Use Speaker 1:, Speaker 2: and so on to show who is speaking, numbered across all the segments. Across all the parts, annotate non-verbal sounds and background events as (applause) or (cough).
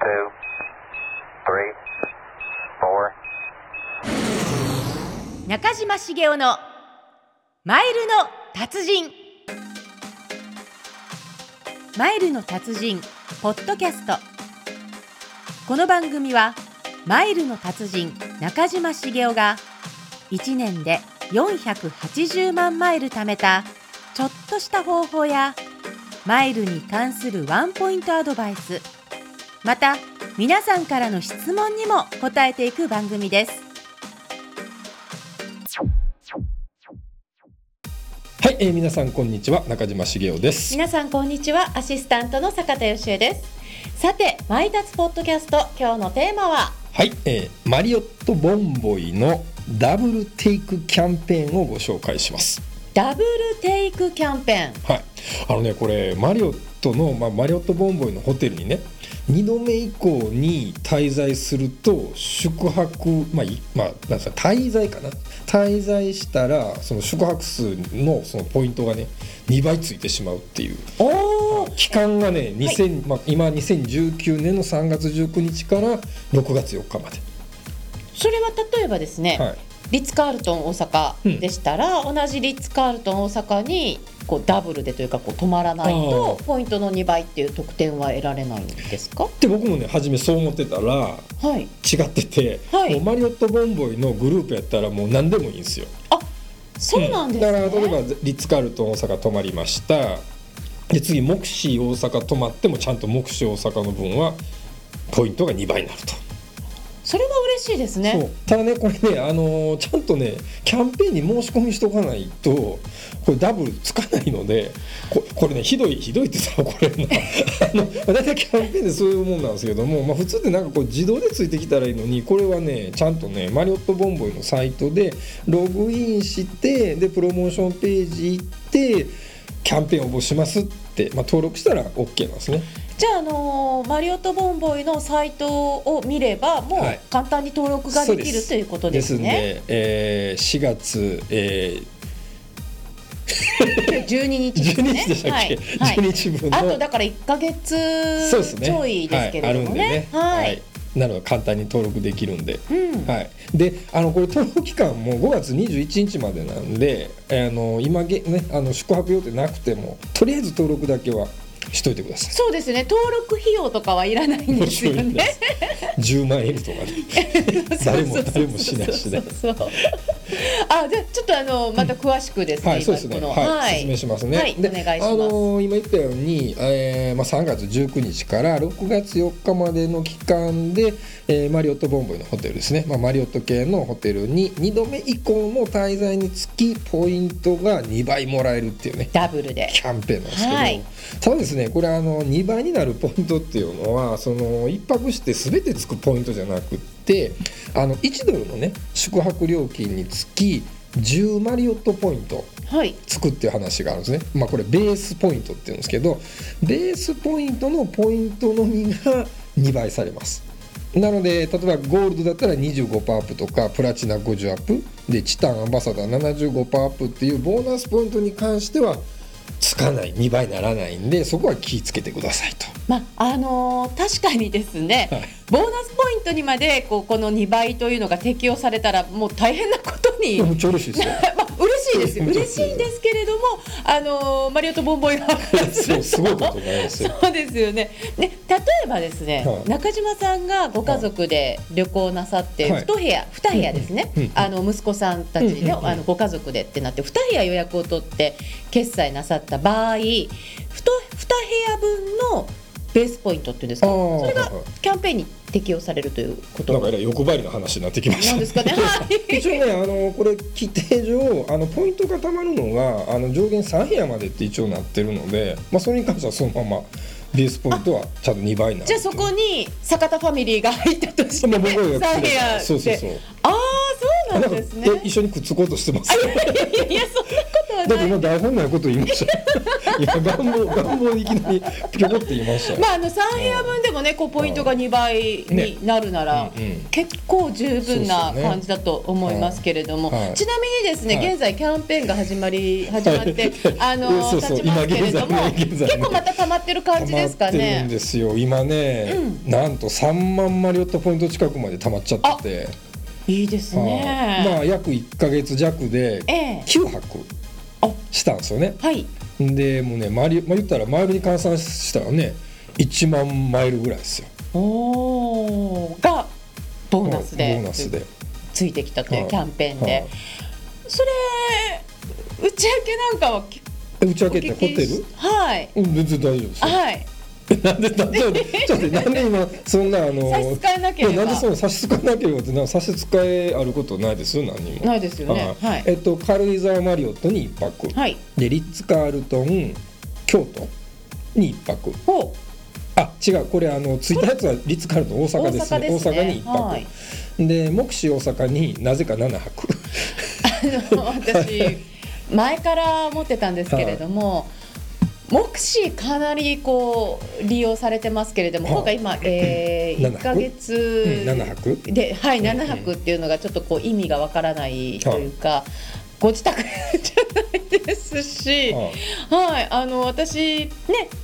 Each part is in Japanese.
Speaker 1: two, three, four.
Speaker 2: 中島茂雄のマイルの達人マイルの達人ポッドキャストこの番組はマイルの達人中島茂雄が1年で480万マイル貯めたちょっとした方法やマイルに関するワンポイントアドバイスまた皆さんからの質問にも答えていく番組です
Speaker 3: はい、えー、皆さんこんにちは中島茂雄です。
Speaker 2: 皆さんこんにちはアシスタントの坂田芳恵ですさて「マイタツポッドキャスト」今日のテーマは
Speaker 3: はい、えー、マリオットボンボイのダブルテイクキャンペーンをご紹介します。
Speaker 2: ダブルテイクキャンペーン
Speaker 3: はい、あのねこれマリオットのまあマリオットボンボイのホテルにね。2度目以降に滞在すると宿泊まあ、いまあ、なんですか滞在かな滞在したらその宿泊数のそのポイントがね2倍ついてしまうっていう
Speaker 2: おお
Speaker 3: 期間がね、2000まあ、今2019年の3月19日から6月4日まで、
Speaker 2: それは例えばですね、
Speaker 3: はい、
Speaker 2: リッツ・カールトン大阪でしたら、同じリッツ・カールトン大阪にこうダブルでというかこう泊まらないと
Speaker 3: あ
Speaker 2: ポイントの2倍っていう得点は得られないんですか
Speaker 3: で僕もね初めそう思ってたら
Speaker 2: はい
Speaker 3: 違ってて、
Speaker 2: はい
Speaker 3: もうマリオットボンボイのグループやったらもう何でもいいんですよ。
Speaker 2: そうなんですね、
Speaker 3: だから例えばリッツ・カールトン大阪泊まりましたで次モクシー大阪泊まってもちゃんとモクシー大阪の分はポイントが2倍になると。
Speaker 2: それは嬉しいですね
Speaker 3: そうただねこれね、あのーちゃんとねキャンペーンに申し込みしとかないとこれダブルつかないのでここれねひどいひどいってさこれなあの大体キャンペーンでそういうもんなんですけども、まあ、普通ってなんかこう自動でついてきたらいいのにこれはねちゃんとねマリオットボンボイのサイトでログインしてでプロモーションページ行ってキャンペーン応募しますって、まあ、登録したら OK なんですね。
Speaker 2: じゃあ、あのーマリオットボンボイのサイトを見ればも
Speaker 3: はいう
Speaker 2: 簡単に登録ができる、ということですね。
Speaker 3: ですんで、えー4月、えー
Speaker 2: 12日です
Speaker 3: 12
Speaker 2: ね。
Speaker 3: 日でしたっけ、
Speaker 2: はいはい
Speaker 3: 12日分の
Speaker 2: あとだから1ヶ月
Speaker 3: そうですね
Speaker 2: ちょいですけれどもね。
Speaker 3: はい、あ
Speaker 2: は
Speaker 3: るんでね、
Speaker 2: い。
Speaker 3: はい、なので簡単に登録できるんで、
Speaker 2: うん。
Speaker 3: はい、であのこれ登録期間も5月21日までなんであの今げ、ね、あの宿泊予定なくてもとりあえず登録だけはしといてください。
Speaker 2: そうですね。登録費用とかはいらないんですよ
Speaker 3: もちろんで
Speaker 2: ね。
Speaker 3: す10万円とかね誰も誰もしないしね。
Speaker 2: そうそうそうあ、じゃあちょっとあのまた詳しくですね。
Speaker 3: はい、そう
Speaker 2: 今
Speaker 3: ですね。
Speaker 2: この
Speaker 3: はい、
Speaker 2: はい
Speaker 3: 説明しますね。
Speaker 2: はい
Speaker 3: で
Speaker 2: お願いします
Speaker 3: あのー今言ったように、えーまあ3月19日から6月4日までの期間で、えーマリオットボンボイのホテルですね。まあマリオット系のホテルに2度目以降の滞在につきポイントが2倍もらえるっていうね。 (laughs)
Speaker 2: ダブルで。
Speaker 3: キャンペーンなんですけど、
Speaker 2: はい
Speaker 3: ただですねこれあの2倍になるポイントっていうのはその1泊して全てつくポイントじゃなくってあの1ドルのね宿泊料金につき10マリオットポイント
Speaker 2: はい。
Speaker 3: つくっていう話があるんですね、まあ、これベースポイントっていうんですけどベースポイントのポイントのみが2倍されますなので例えばゴールドだったら25%アップとかプラチナ50アップでチタンアンバサダー75%アップっていうボーナスポイントに関してはつかない2倍ならないんでそこは気をつけてくださいと。
Speaker 2: まああのー確かにですね、
Speaker 3: はい
Speaker 2: ボーナスポイントにまでこうこの2倍というのが適用されたらもう大変なことに、
Speaker 3: めっちゃ嬉しいですよ
Speaker 2: (laughs) まあ、嬉しいですよ
Speaker 3: そう
Speaker 2: 嬉しいんですけれども、あのーマリオットボンボイの話
Speaker 3: そう
Speaker 2: だ
Speaker 3: すごいことになりますよ。
Speaker 2: そうですよねね例えばですね、
Speaker 3: はい
Speaker 2: 中島さんがご家族で旅行なさって、
Speaker 3: はい
Speaker 2: 一部屋二部屋ですね、
Speaker 3: うんうん
Speaker 2: あの息子さんたちで、ね
Speaker 3: うんうんうん
Speaker 2: あのご家族でってなって二部屋予約を取って決済なさった場合ふと二部屋分のベースポイントっていうんですか
Speaker 3: あー
Speaker 2: それ
Speaker 3: は
Speaker 2: が
Speaker 3: いはい
Speaker 2: キャンペーンに適用されるというこ
Speaker 3: な
Speaker 2: と
Speaker 3: んかえらい欲張りの話になってきました
Speaker 2: なんですか
Speaker 3: (laughs)
Speaker 2: ね。はい
Speaker 3: 一応ねあのこれ規定上あのポイントがたまるのがあの上限3部屋までって一応なってるので、まあ、それに関してはそのままベースポイントはちゃんと2倍になる
Speaker 2: じゃあそこに坂田ファミリーが入ったとして
Speaker 3: まあ
Speaker 2: 3部
Speaker 3: 僕
Speaker 2: 屋
Speaker 3: が
Speaker 2: で
Speaker 3: そうそうそう
Speaker 2: ああそうなん
Speaker 3: か
Speaker 2: ですね
Speaker 3: え一緒にくっつこうとしてます
Speaker 2: いやいやそんなことはない
Speaker 3: だって今台本ないこと言いましたいや願望願望でいきなりピョコって言いましたよ、
Speaker 2: まああの3部屋分でもねこうポイントが2倍になるなら、
Speaker 3: うんうん
Speaker 2: 結構十分な
Speaker 3: そうですよね
Speaker 2: 感じだと思いますけれども、
Speaker 3: はい
Speaker 2: ちなみにですね、
Speaker 3: はい
Speaker 2: 現在キャンペーンが始まり始まって、あの
Speaker 3: (laughs) そうそう
Speaker 2: 経ちますけれども、
Speaker 3: 今現在ね現在ね
Speaker 2: 結構また溜まってる感じですか
Speaker 3: 溜まってる
Speaker 2: ね。
Speaker 3: んですよ今ね、なんと3万マリオットポイント近くまで溜まっちゃってて
Speaker 2: いいです
Speaker 3: はいま
Speaker 2: ね。
Speaker 3: あ約1か月弱で
Speaker 2: ええ
Speaker 3: 9泊
Speaker 2: あ
Speaker 3: したんですよね
Speaker 2: はい。
Speaker 3: でもうねマリ、まあ、言ったらマイルに換算したらね1万マイルぐらいですよ
Speaker 2: おーがボーナスで
Speaker 3: ボーナスで
Speaker 2: ついてきたというキャンペーンで、
Speaker 3: はい
Speaker 2: それ打ち上げなんかは結
Speaker 3: え打ち明
Speaker 2: 構
Speaker 3: けてホテル
Speaker 2: はい
Speaker 3: うん全然大丈夫ですよ
Speaker 2: はい
Speaker 3: なんでなんでちょっと待ってなんで今そんなあの
Speaker 2: 差し支えなければ
Speaker 3: いやなんでその差し支えなければってな差し支えあることないです何にも
Speaker 2: ないですよね
Speaker 3: は
Speaker 2: はいい
Speaker 3: えっと軽井沢マリオットに1泊、
Speaker 2: はい
Speaker 3: でリッツ・カールトン京都に1泊
Speaker 2: ほ
Speaker 3: あ違うこれあの着いたやつはリッツ・カールトン大
Speaker 2: う
Speaker 3: 阪ですね大阪
Speaker 2: ですね
Speaker 3: に1泊、
Speaker 2: はい、
Speaker 3: で目視大阪になぜか7泊
Speaker 2: あの
Speaker 3: (laughs)
Speaker 2: 私前から思ってたんですけれども、目視かなりこう利用されてますけれども、
Speaker 3: はい
Speaker 2: 今回今、えー、1
Speaker 3: 7
Speaker 2: か月、
Speaker 3: 7泊
Speaker 2: で、はい、
Speaker 3: うんうん
Speaker 2: 7泊っていうのがちょっとこう意味がわからないというか、ご自宅じゃないですし、
Speaker 3: あ
Speaker 2: はい、あの私ね、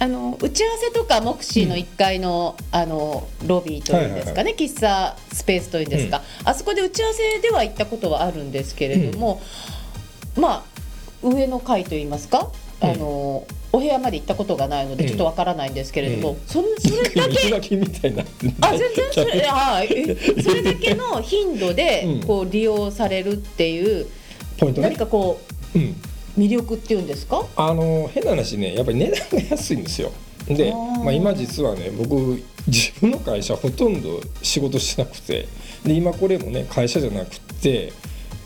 Speaker 2: あの打ち合わせとかモクシーの1階の、あのロビーというんですかね、
Speaker 3: はい
Speaker 2: 喫茶スペースというんですか、あそこで打ち合わせでは行ったことはあるんですけれども、まあ上の階といいますか、あのお部屋まで行ったことがないので
Speaker 3: うん
Speaker 2: ちょっとわからないんですけれども、
Speaker 3: うん
Speaker 2: そんそれだ
Speaker 3: 今
Speaker 2: け
Speaker 3: (laughs) 言い訳みたいになって
Speaker 2: あ全
Speaker 3: (laughs)
Speaker 2: 然それあえそれだけの頻度
Speaker 3: うん
Speaker 2: でこう利用されるっていう、
Speaker 3: ポイント
Speaker 2: 何
Speaker 3: ね
Speaker 2: かこ
Speaker 3: うん
Speaker 2: う魅力っていうんですか
Speaker 3: あの変な話ねやっぱり値段が安いんですよで
Speaker 2: あー
Speaker 3: まあ、今実はね僕自分の会社ほとんど仕事してなくてで今これもね会社じゃなくて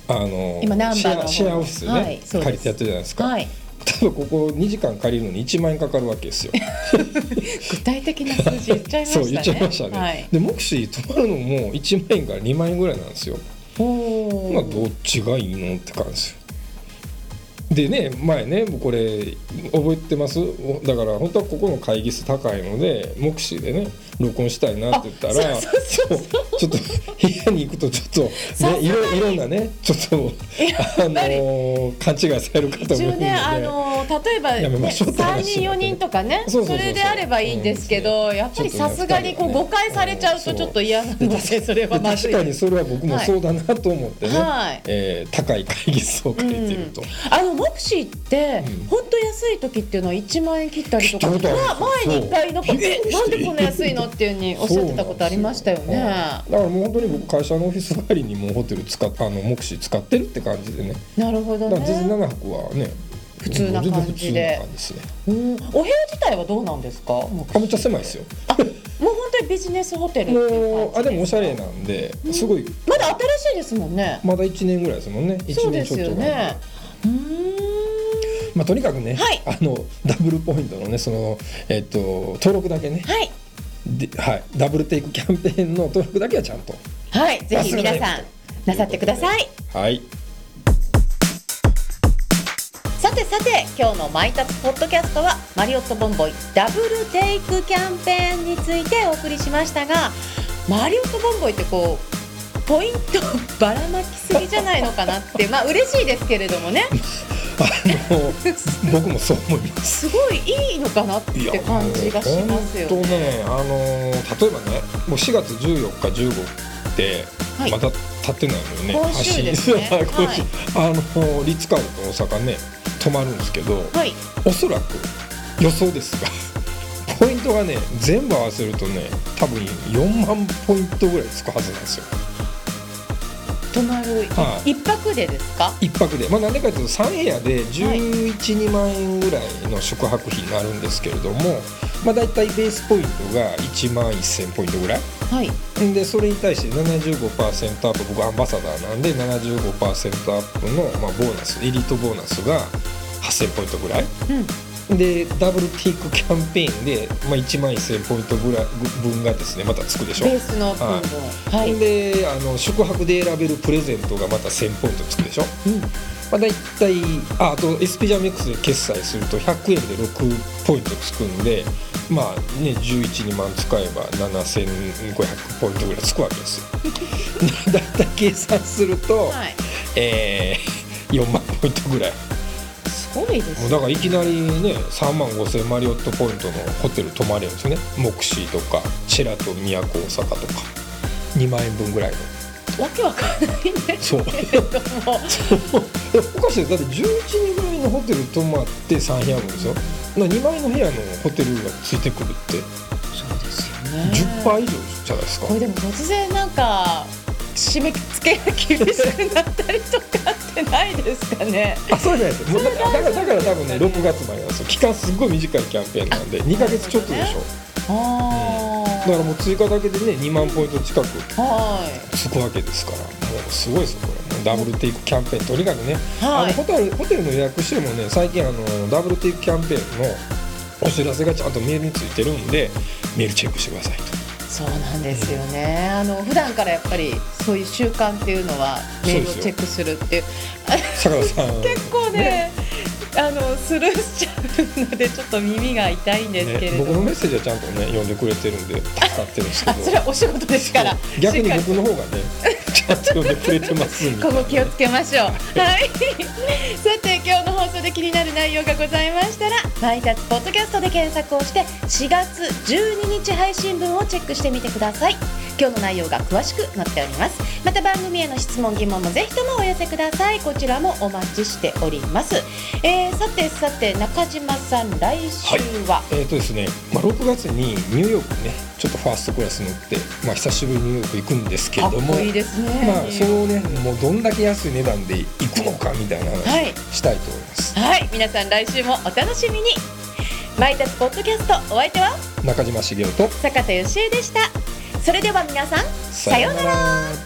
Speaker 3: あの
Speaker 2: 今ナン
Speaker 3: シ
Speaker 2: バーの
Speaker 3: ェ
Speaker 2: 方
Speaker 3: アシェアオフィスね、
Speaker 2: はいそうです
Speaker 3: 借りてやってるじゃないですか、
Speaker 2: はい
Speaker 3: 多分ここ2時間借りるのに1万円かかるわけですよ
Speaker 2: 具体的な数字言っちゃいました
Speaker 3: そ
Speaker 2: ね
Speaker 3: う言っちゃいましたね、
Speaker 2: はい、
Speaker 3: で目視泊まるのも1万円から2万円ぐらいなんですよ
Speaker 2: お
Speaker 3: まあどっちがいいのって感じですよでね前ねこれ覚えてますおだから本当はここの会議室高いので目視でね録音したいなって言ったら
Speaker 2: そうそうそうそう
Speaker 3: ちょっと部屋に行くとちょっと、
Speaker 2: さすが
Speaker 3: ね、
Speaker 2: に
Speaker 3: いろいろんなねちょっと (laughs) あのー勘違いされる方もい
Speaker 2: 一
Speaker 3: る
Speaker 2: 応
Speaker 3: ので
Speaker 2: ね、あの例えば、
Speaker 3: やめま
Speaker 2: ね、
Speaker 3: しょうって
Speaker 2: 3
Speaker 3: 話
Speaker 2: 人4人とかね
Speaker 3: そ
Speaker 2: そう
Speaker 3: そうそうそう
Speaker 2: れであればいいんですけど、やっぱりさすがにこう誤解されちゃうとちょっと嫌なのでそれはまず
Speaker 3: 確
Speaker 2: い
Speaker 3: かにそれは僕も
Speaker 2: はい
Speaker 3: そうだなと思ってね、
Speaker 2: はい
Speaker 3: えー高い会議室を借りてると。
Speaker 2: あのモクシーって
Speaker 3: うん
Speaker 2: 本当安い時っていうのは1万円切ったりとか、
Speaker 3: 切ったことある
Speaker 2: まあ前に1回なんか
Speaker 3: そう
Speaker 2: えなんでこんな安いのっていうふうにおっしゃってたことありましたよ
Speaker 3: そう
Speaker 2: ね。
Speaker 3: なんですよはいだからもう本当に僕会社のオフィス帰りにもうホテル使っあの目視使ってるって感じでね。
Speaker 2: なるほど
Speaker 3: だから
Speaker 2: ね。
Speaker 3: 全然7泊はね。
Speaker 2: 普通な感じで
Speaker 3: 全然普通な感じですね。
Speaker 2: うんお部屋自体はどうなんですか？も
Speaker 3: あめっちゃ狭いですよ。
Speaker 2: うもう本当にビジネスホテルって
Speaker 3: も
Speaker 2: いう
Speaker 3: うあ
Speaker 2: 感じ
Speaker 3: でもお
Speaker 2: です
Speaker 3: し
Speaker 2: か
Speaker 3: ゃれなんで、すごい
Speaker 2: まだ新しいですもんね。
Speaker 3: まだ1年ぐらいですもんね。
Speaker 2: そ
Speaker 3: 1
Speaker 2: うで
Speaker 3: 年ちょ
Speaker 2: す
Speaker 3: っ
Speaker 2: よ
Speaker 3: となんで
Speaker 2: ね。うーん。
Speaker 3: まあとにかくね、
Speaker 2: はい
Speaker 3: あのダブルポイントのねそのえっと登録だけね。
Speaker 2: はい
Speaker 3: ではいダブルテイクキャンペーンの登録だけはちゃんと。
Speaker 2: はいぜひ皆さん
Speaker 3: 忘れないで
Speaker 2: なさってください。
Speaker 3: はい。
Speaker 2: さてさて今日の「マイタツポッドキャスト」はマリオットボンボイダブルテイクキャンペーンについてお送りしましたがマリオットボンボイってこうポイントばらまきすぎじゃないのかなってまあ嬉しいですけれども
Speaker 3: (laughs)
Speaker 2: ね
Speaker 3: あの僕もそう思いま
Speaker 2: す
Speaker 3: す。
Speaker 2: ごいいいのかなって感じがしますよ
Speaker 3: 本
Speaker 2: ね。
Speaker 3: 当ね、あのー例えばね、もう4月14日、15って、
Speaker 2: はい
Speaker 3: まだ立ってないのよね、
Speaker 2: 今
Speaker 3: 発
Speaker 2: 週
Speaker 3: 信
Speaker 2: ですね
Speaker 3: はい今週あのーリッツカールト大阪ね、泊まるんですけど、
Speaker 2: はい
Speaker 3: おそらく予想ですが、 (laughs) ポイントがね、全部合わせるとね、多分4万ポイントぐらいつくはずなんですよ、
Speaker 2: 泊まる
Speaker 3: は
Speaker 2: 一泊でですか
Speaker 3: 1泊で。まあ、なんでかというと、3部屋で11、2万円ぐらいの宿泊費になるんですけれども、まあ、大体ベースポイントが1万1000ポイントぐらい。
Speaker 2: はい
Speaker 3: でそれに対して75%アップ僕アンバサダーなんで75%アップの、まあ、ボーナスエリートボーナスが8000ポイントぐらい
Speaker 2: うん
Speaker 3: でダブルテイクキャンペーンで、まあ、1万1000ポイントぐらい分がですねまたつくでしょ
Speaker 2: ベースの部分はい、うん
Speaker 3: であの宿泊で選べるプレゼントがまた1000ポイントつくでしょ、まあ、大体ああと SP ジャム X で決済すると100円で6ポイントつくんでまあね112万使えば7500ポイントぐらいつくわけです
Speaker 2: (laughs)
Speaker 3: よだいたい計算すると、
Speaker 2: はい、
Speaker 3: えー、4万ポイントぐらい
Speaker 2: すごいです
Speaker 3: もうだからいきなりね3万5000マリオットポイントのホテル泊まれるんですよねモクシーとかシェラトン都大阪とか2万円分ぐらいの
Speaker 2: わけわかんないんです
Speaker 3: (laughs) そう
Speaker 2: けども
Speaker 3: えおかしいよだって11万円のホテル泊まって3部屋分ですよ2万円の部屋のホテルがついてくるって
Speaker 2: そうですよね
Speaker 3: 10%以上じゃないですか
Speaker 2: これでも突然なんか締め付けが厳しくなったりとかってないですかね
Speaker 3: あそうじゃないですもうだからだからだから多分ね6月までなんですよ期間すっごい短いキャンペーンなんで2ヶ月ちょっとでしょ
Speaker 2: あー
Speaker 3: だからもう追加だけでね2万ポイント近く
Speaker 2: は
Speaker 3: つくわけですからもうすごいですよこれもうダブルテイクキャンペーンとにかくね、
Speaker 2: いは
Speaker 3: あの
Speaker 2: い
Speaker 3: ホテルホテルの予約してもね最近あのダブルテイクキャンペーンのお知らせがちゃんとメールについてるんでメールチェックしてくださいと
Speaker 2: そうなんですよねあの普段からやっぱりそういう習慣っていうのはメールをチェックするっていう
Speaker 3: 坂田さん
Speaker 2: 結構ねあのスルーしちゃうのでちょっと耳が痛いんですけれ
Speaker 3: ね、
Speaker 2: ど
Speaker 3: 僕の
Speaker 2: も、
Speaker 3: メッセージはちゃんとね読んでくれてるんで助かってるんですけ
Speaker 2: あ
Speaker 3: ど
Speaker 2: それはお仕事ですから
Speaker 3: そう逆に
Speaker 2: しっかり
Speaker 3: 僕の方がねちゃんと読んでくれてますみた
Speaker 2: こ
Speaker 3: いな
Speaker 2: こ気をつけましょう。はい。 (laughs) さて今日の放送で気になる内容がございましたら、マイタツポッドキャストで検索をして4月12日配信分をチェックしてみてください。今日の内容が詳しく載っております。また番組への質問疑問もぜひともお寄せください。こちらもお待ちしております。えー、さてさて中島さん来週は、
Speaker 3: えーとですね、まあ、6月にニューヨークねちょっとファーストクラス乗って、まあ、久しぶりにニューヨーク行くんですけれ
Speaker 2: かっ
Speaker 3: ども
Speaker 2: こいいですね。
Speaker 3: まあ、そのねもうどんだけ安い値段で行くのかみたいな
Speaker 2: は
Speaker 3: 話
Speaker 2: い
Speaker 3: をしたいと思います、
Speaker 2: はい皆さん来週もお楽しみに。マイタツポッドキャストお相手は。
Speaker 3: 中島茂雄と
Speaker 2: 坂田義恵でしたそれでは皆さんさようなら
Speaker 3: ら